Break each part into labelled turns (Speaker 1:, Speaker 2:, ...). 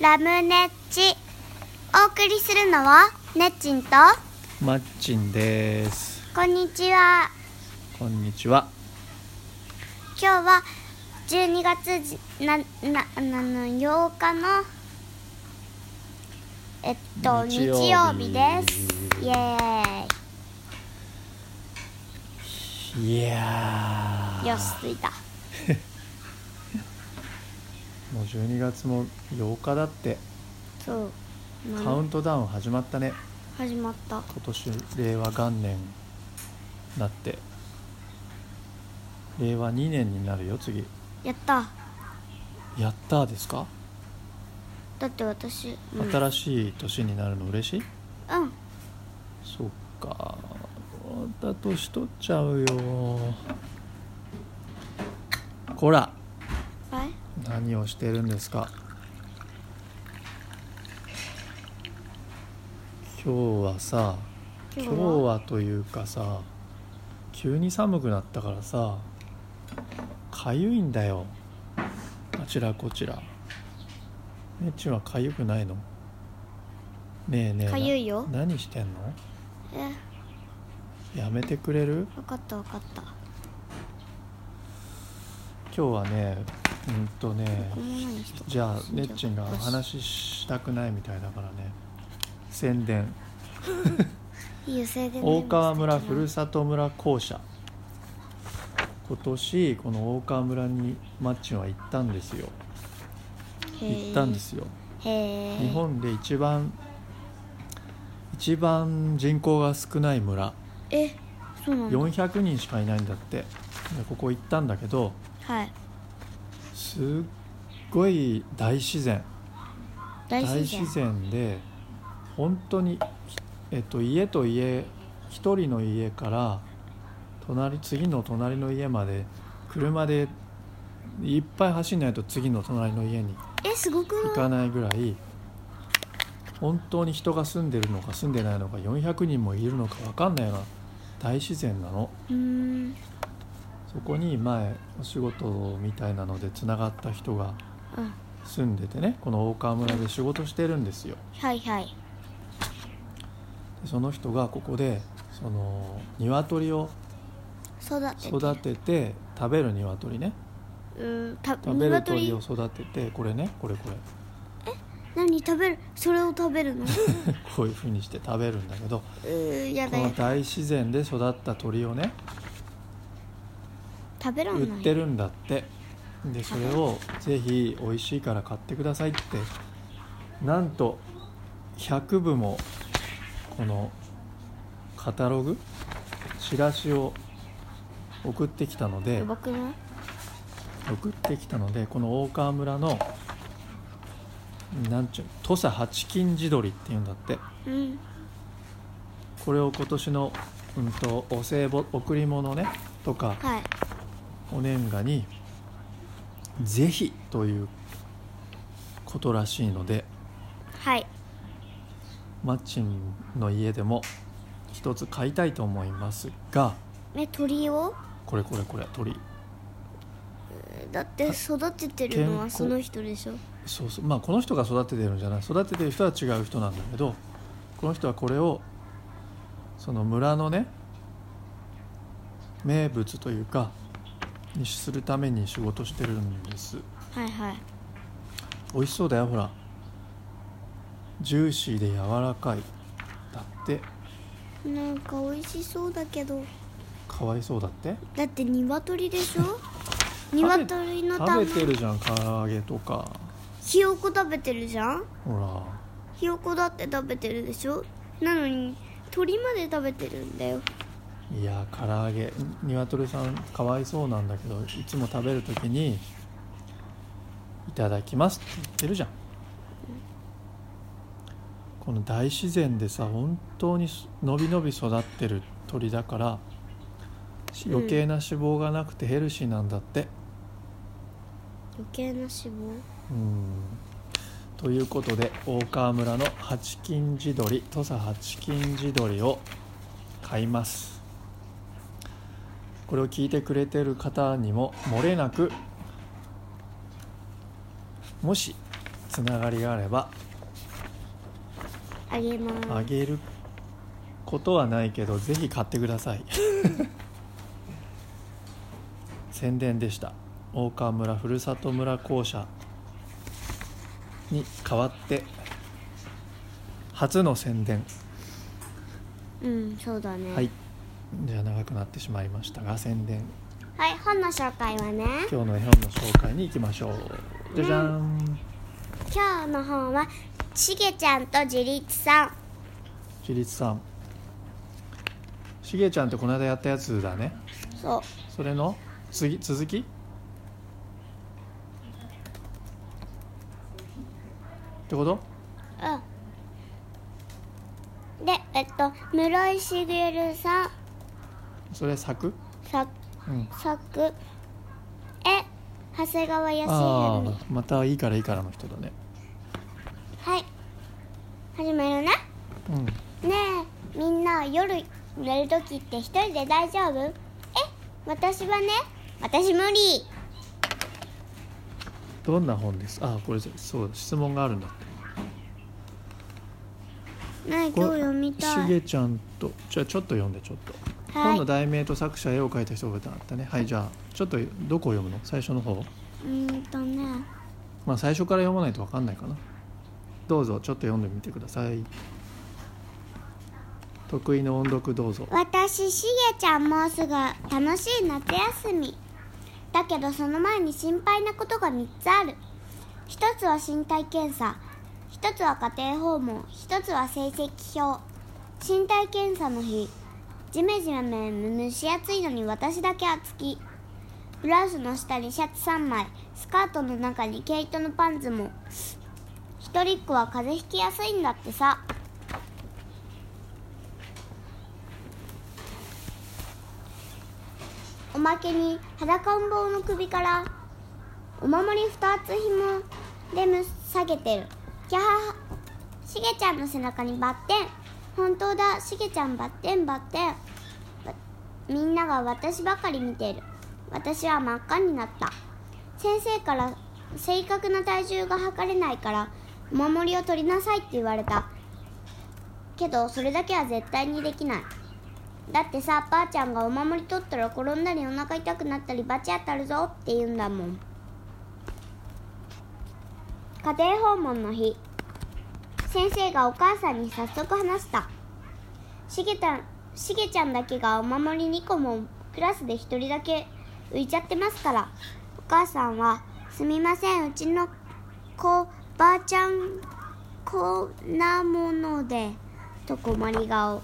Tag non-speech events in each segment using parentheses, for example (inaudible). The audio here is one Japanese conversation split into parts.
Speaker 1: ラムネッチお送りするのはネッチンと
Speaker 2: マッチンです
Speaker 1: こんにちは
Speaker 2: こんにちは
Speaker 1: 今日は12月じなななな8日のえっと日
Speaker 2: 日
Speaker 1: 曜
Speaker 2: 曜日
Speaker 1: 日ですイエー
Speaker 2: いや
Speaker 1: イよし着いた
Speaker 2: もう12月も8日だって
Speaker 1: そう
Speaker 2: カウントダウン始まったね
Speaker 1: 始まった
Speaker 2: 今年令和元年なって令和2年になるよ次
Speaker 1: やった
Speaker 2: やったーですか、
Speaker 1: だって私、うん、
Speaker 2: 新しい年になるの嬉しい
Speaker 1: うん
Speaker 2: そっかまた年取っちゃうよこら
Speaker 1: はい
Speaker 2: 何をしてるんですか今日はさ
Speaker 1: 今
Speaker 2: 今
Speaker 1: 日
Speaker 2: 日
Speaker 1: は
Speaker 2: はというかさ急に寒くなったからさかゆいんだよあちらこちらねっちはかゆくないのねえねえ
Speaker 1: かゆいよ
Speaker 2: な何してんの
Speaker 1: え
Speaker 2: やめてくれる
Speaker 1: 分かった分かった
Speaker 2: 今日はねうんとね
Speaker 1: この何して
Speaker 2: じゃあねっちんがお話ししたくないみたいだからね宣伝
Speaker 1: 優勢で
Speaker 2: 大川村ふるさと村公社今年この大川村にマッチンは行ったんですよ行ったんですすよ
Speaker 1: へえ
Speaker 2: 日本で一番一番人口が少ない村
Speaker 1: えそうなんだ
Speaker 2: 400人しかいないんだってでここ行ったんだけど
Speaker 1: はい
Speaker 2: すっごい大自然
Speaker 1: 大
Speaker 2: 大
Speaker 1: 自然
Speaker 2: 自然で本当に、えっと、家と家一人の家から隣次の隣の家まで車でいっぱい走んないと次の隣の家に
Speaker 1: えすごく
Speaker 2: 行
Speaker 1: ない
Speaker 2: かないぐらい本当に人が住んでるのか住んでないのか400人もいるのか分かんないような大自然なの
Speaker 1: うーん
Speaker 2: そこに前お仕事みたいなのでつながった人が
Speaker 1: うん
Speaker 2: 住んでてねこの大川村で仕事してるんですよ
Speaker 1: はいはい
Speaker 2: でその人がここでその鶏を
Speaker 1: 育てて
Speaker 2: 育てて食べる鶏ね
Speaker 1: うーんた
Speaker 2: 食べる鳥
Speaker 1: 鶏
Speaker 2: を育ててこれねこれこれ (laughs)
Speaker 1: 何食べるそれを食べるのう
Speaker 2: こういうふうにして食べるんだけど
Speaker 1: ーや
Speaker 2: こ
Speaker 1: だや
Speaker 2: の
Speaker 1: だ
Speaker 2: 大自然で育った鳥をね
Speaker 1: 食べらんな
Speaker 2: 売
Speaker 1: い
Speaker 2: ってるんだってでそれをぜひ美味しいから買ってくださいってなんと100部もこのカタログチラシを送ってきたので
Speaker 1: やばくない
Speaker 2: 送ってきたのでこの大川村のなんちゅう土佐八金地鶏っていうんだって
Speaker 1: うん
Speaker 2: これを今年の、うん、とお歳暮贈り物ねとか
Speaker 1: はい
Speaker 2: お年賀にぜひということらしいので
Speaker 1: はい
Speaker 2: マッチンの家でも一つ買いたいと思いますが
Speaker 1: え鳥を
Speaker 2: これこれこれ鳥
Speaker 1: だって育ててるの
Speaker 2: 健
Speaker 1: は
Speaker 2: 康
Speaker 1: その人でしょ
Speaker 2: そうそうまあこの人が育ててるんじゃない育ててる人は違う人なんだけどこの人はこれをその村のね名物というかにするために仕事してるんです
Speaker 1: はいはい
Speaker 2: 美味しそうだよほらジューシーで柔らかいだって
Speaker 1: なんか美味しそうだけど
Speaker 2: かわいそうだって
Speaker 1: だって鶏でしょ鶏の
Speaker 2: 食
Speaker 1: 卵
Speaker 2: べてるじゃん唐揚げとか
Speaker 1: ひよこ食べてるじゃん
Speaker 2: ほら
Speaker 1: ひよこだって食べてるでしょなのに鳥まで食べてるんだよ
Speaker 2: いや唐揚げニワトリさんかわいそうなんだけどいつも食べる時に「いただきます」って言ってるじゃんこの大自然でさ本当にすのびのび育ってる鳥だからし余計な脂肪がなくてヘルシーなんだって
Speaker 1: 余計な脂肪
Speaker 2: うんということで大川村の八金地鶏土佐八金地鶏を買いますこれを聞いてくれてる方にも漏れなくもしつながりがあれば
Speaker 1: あげます
Speaker 2: あげることはないけどぜひ買ってください (laughs) 宣伝でした大川村ふるさと村公社に代わって初の宣伝
Speaker 1: うんそうだね
Speaker 2: はいじゃあ長くなってしまいましたが宣伝
Speaker 1: はい、本の紹介はね
Speaker 2: 今日の絵本の紹介に行きましょうじゃじゃーん
Speaker 1: 今日の本はしげちゃんと自立さん
Speaker 2: ちりつさんしげちゃんってこの間やったやつだね
Speaker 1: そう
Speaker 2: それの次続きってこと
Speaker 1: うんでえっと室井茂さん
Speaker 2: それ作
Speaker 1: 作
Speaker 2: うん
Speaker 1: 作絵長谷川康
Speaker 2: あ
Speaker 1: 弘
Speaker 2: あまたいいからいいからの人だね
Speaker 1: はい始めるね
Speaker 2: うん
Speaker 1: ねえみんな夜寝る時って一人で大丈夫え私はね私無理
Speaker 2: どんな本ですああこれそうだ質問があるんだって
Speaker 1: ねえ今日読みた
Speaker 2: し
Speaker 1: い
Speaker 2: げちゃんとじゃあちょっと読んでちょっと、
Speaker 1: は
Speaker 2: 本
Speaker 1: い
Speaker 2: の
Speaker 1: う
Speaker 2: 題名と作者絵を描いた人があったねはいじゃあちょっとどこを読むの最初の方
Speaker 1: ーんとね
Speaker 2: まあ最初から読まないと分かんないかなどうぞちょっと読んでみてください得意の音読どうぞ
Speaker 1: 私しげちゃんもうすぐ楽しい夏休みだけどその前に心配なことが3つある1つは身体検査1つは家庭訪問1つは成績表身体検査の日ジメジメ蒸し暑いのに私だけ暑きブラウスの下にシャツ3枚スカートの中に毛糸のパンツも一人っ子は風邪ひきやすいんだってさおまけに裸ん坊の首からお守り2つ紐でむ下げてるキャハハしげちゃんの背中にバッテン本当だしげちゃんバッテンバッテンばみんなが私ばかり見てる私は真っ赤になった先生から正確な体重が測れないからお守りを取りなさいって言われたけどそれだけは絶対にできないだってさばあちゃんがお守り取ったら転んだりお腹痛くなったりバチ当たるぞって言うんだもん家庭訪問の日先生がお母さんに早速話したしげたしげちゃんだけがお守り2個もクラスで1人だけ浮いちゃってますからお母さんは「すみませんうちの子ばあちゃんこんなもので」と困り顔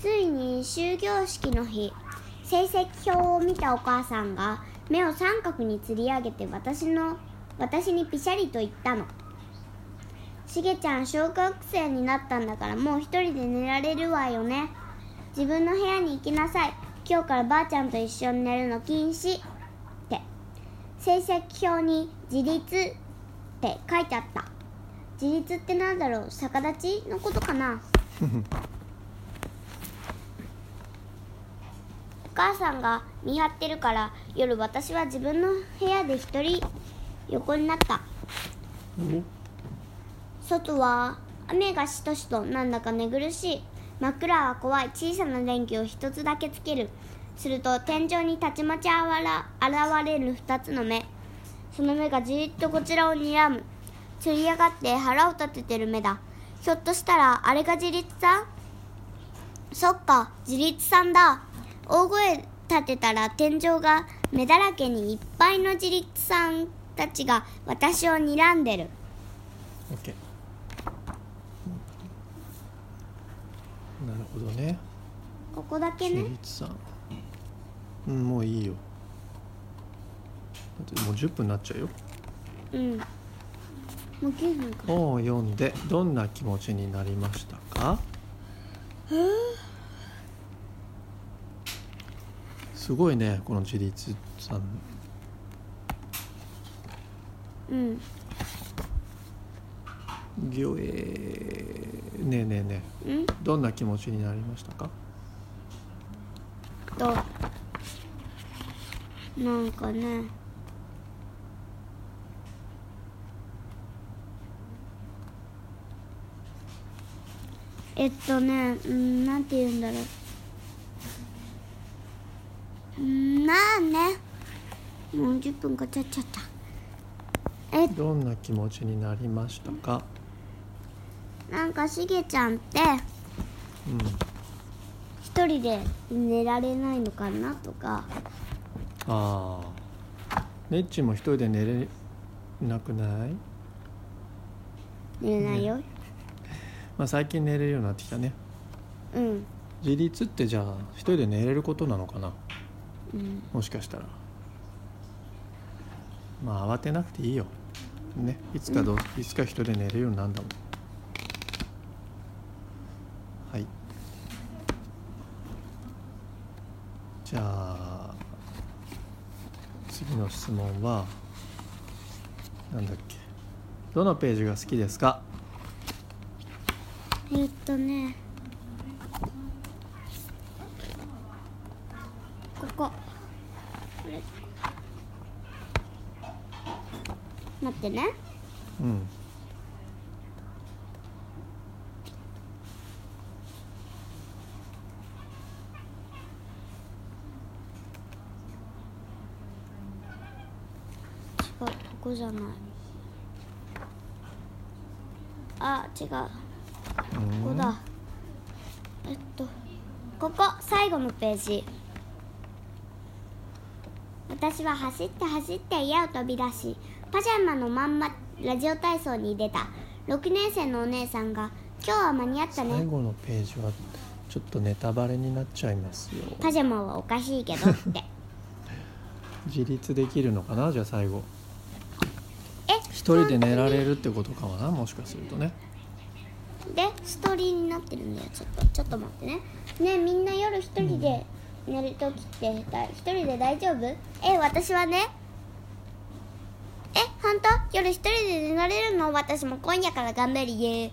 Speaker 1: ついに終業式の日成績表を見たお母さんが目を三角に吊り上げて私の私にピシャリと言ったのしげちゃん小学生になったんだからもう一人で寝られるわよね自分の部屋に行きなさい今日からばあちゃんと一緒に寝るの禁止って成績表に「自立」って書いてあった自立ってなんだろう逆立ちのことかなお母さんが見張ってるから夜私は自分の部屋で一人横になった外は雨がしとしとなんだか寝苦しい枕は怖い小さな電気を一つだけつけるすると天井にたちまちあわら現れる二つの目その目がじーっとこちらを睨む釣り上がって腹を立ててる目だひょっとしたらあれが自立さんそっか、自立さんだ。大声立てたら天井が目だらけにいっぱいの自立さんたちが私を睨んでる。
Speaker 2: OK なるほどね
Speaker 1: ここだけ
Speaker 2: ち
Speaker 1: ね。
Speaker 2: りつさんうんもういいよだってもう10分になっちゃうよ
Speaker 1: うん。もう9分か。
Speaker 2: 本を読んでどんな気持ちになりましたかすごいねこの自立さん
Speaker 1: うん。
Speaker 2: ぎょえーねえねえね
Speaker 1: うん
Speaker 2: えどんな気持ちになりましたか
Speaker 1: と、なんかね、えっとねうんなんて言うんだろううんまあねもう10分が経っちゃったえっと
Speaker 2: どんな気持ちになりましたか、
Speaker 1: なんかしげちゃんって
Speaker 2: うん、
Speaker 1: 一人で寝られないのかなとか
Speaker 2: ああネッチも一人で寝れなくない、
Speaker 1: 寝れないよ、
Speaker 2: まあ、最近寝れるようになってきたね
Speaker 1: うん
Speaker 2: 自立ってじゃあ一人で寝れることなのかな
Speaker 1: うん
Speaker 2: もしかしたらまあ慌てなくていいよねいつかどう、いつか人で寝れるようになるんだもんはいじゃあ次の質問はなんだっけどのページが好きですか
Speaker 1: えっとねこここれ待ってね
Speaker 2: うん
Speaker 1: 違うここじゃないあ違うここだえっとここ最後のページ私は走って走って家を飛び出しパジャマのまんまラジオ体操に出た6年生のお姉さんが「今日は間に合った
Speaker 2: 最
Speaker 1: ね
Speaker 2: 後のページはちょっとネタバレになっちゃいますよ
Speaker 1: パジャマはおかしいけど」って
Speaker 2: (laughs) 自立できるのかなじゃあ最後
Speaker 1: え
Speaker 2: 一人で寝られるってことかもなもしかするとね
Speaker 1: でストーリーになってるんだよちょっとちょっと待ってねねえみんな夜一人で寝るときってだ一人で大丈夫え私はねえ本当夜一人で寝られるの私も今夜から頑張るよ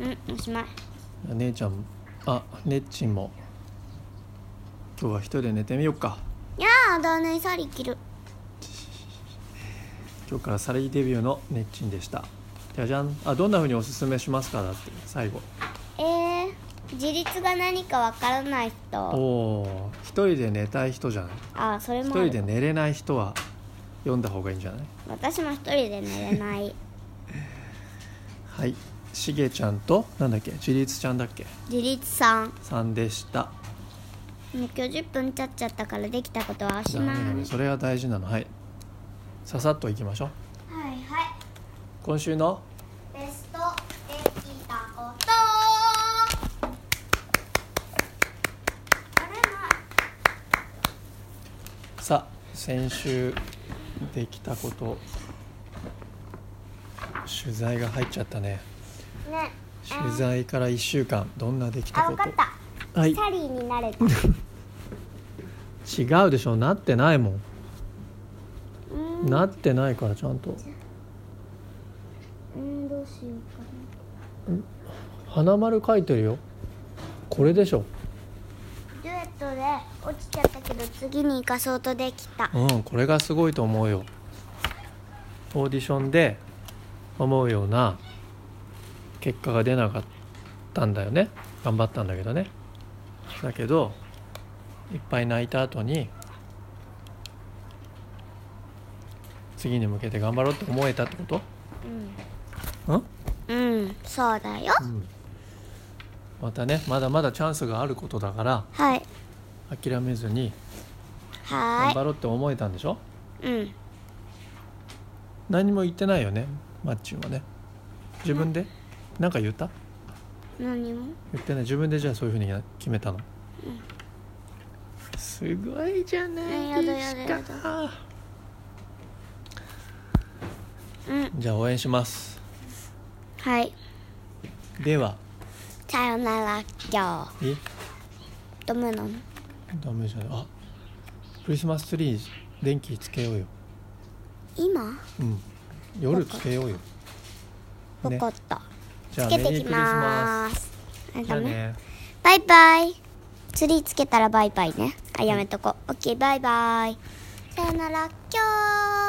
Speaker 1: うんおしまい
Speaker 2: 姉ちゃんあねっちんも今日は一人で寝てみようか
Speaker 1: やあだねサリ切る
Speaker 2: 今日からサリーデビューのねっちんでしたじゃじゃんあどんな風におすすめしますかだって最後
Speaker 1: えー、自立が何かわからない
Speaker 2: お
Speaker 1: 人
Speaker 2: おー一人で寝たい人じゃない
Speaker 1: あそれ
Speaker 2: 一
Speaker 1: もあ
Speaker 2: 人で
Speaker 1: る
Speaker 2: 寝れない人は読んだ方がいいんじゃない
Speaker 1: 私も一人で寝れない
Speaker 2: はいしげちゃんとなんだっけ自立ちゃんだっけ
Speaker 1: 自立さん
Speaker 2: さんでした
Speaker 1: もう今日10分経っちゃったからできたことはおし
Speaker 2: ダメ
Speaker 1: まい
Speaker 2: ダメそれが大事なのはいささっといきましょう
Speaker 1: はいはい
Speaker 2: 今週の
Speaker 1: ベストできたことあれ
Speaker 2: さあ先週できたこと取材が入っちゃったね
Speaker 1: ないね
Speaker 2: 取材から1週間どんなできた
Speaker 1: あ
Speaker 2: こ
Speaker 1: わか
Speaker 2: と
Speaker 1: った
Speaker 2: はい
Speaker 1: サリーになれ (laughs) たう
Speaker 2: 違うでしょなってないも
Speaker 1: ー
Speaker 2: んなってないからちゃんと
Speaker 1: んどうしようか
Speaker 2: 花丸書いてるよこれでしょ
Speaker 1: なデュエットで落ちちゃったけど次に行かそうとできた
Speaker 2: うんこれがすごいと思うよオーディションで思うような結果が出なかったんだよね頑張ったんだけどねだけどいっぱい泣いた後に次に向けて頑張ろうって思えたってことう
Speaker 1: う
Speaker 2: ん
Speaker 1: ん、うん、そうだよ
Speaker 2: またねまだまだチャンスがあることだから
Speaker 1: はい
Speaker 2: 諦めずに頑
Speaker 1: は
Speaker 2: 張ろうって思えたんでしょ
Speaker 1: ーいうん
Speaker 2: 何も言ってないよねマッチンはね自分で何か言った
Speaker 1: 何も
Speaker 2: 言ってない自分でじゃあそういうふうに決めたの、すごいじゃない
Speaker 1: や
Speaker 2: です
Speaker 1: だやだや
Speaker 2: か
Speaker 1: うん
Speaker 2: じゃあ応援します
Speaker 1: はい
Speaker 2: では
Speaker 1: さよなら今日
Speaker 2: え
Speaker 1: ダメなの
Speaker 2: ダメじゃないあクリスマスツリー電気つけようよ
Speaker 1: 今
Speaker 2: うん夜つけようよ
Speaker 1: わ
Speaker 2: ね
Speaker 1: かった、
Speaker 2: じゃあ
Speaker 1: つけ
Speaker 2: メ
Speaker 1: て
Speaker 2: リー
Speaker 1: き
Speaker 2: クリスマ
Speaker 1: ま
Speaker 2: ス
Speaker 1: ーすあ
Speaker 2: じゃ
Speaker 1: ダメ
Speaker 2: あね
Speaker 1: バイバイツリーつけたらバイバイねあやめとこうオッケーバイバイさよなら今日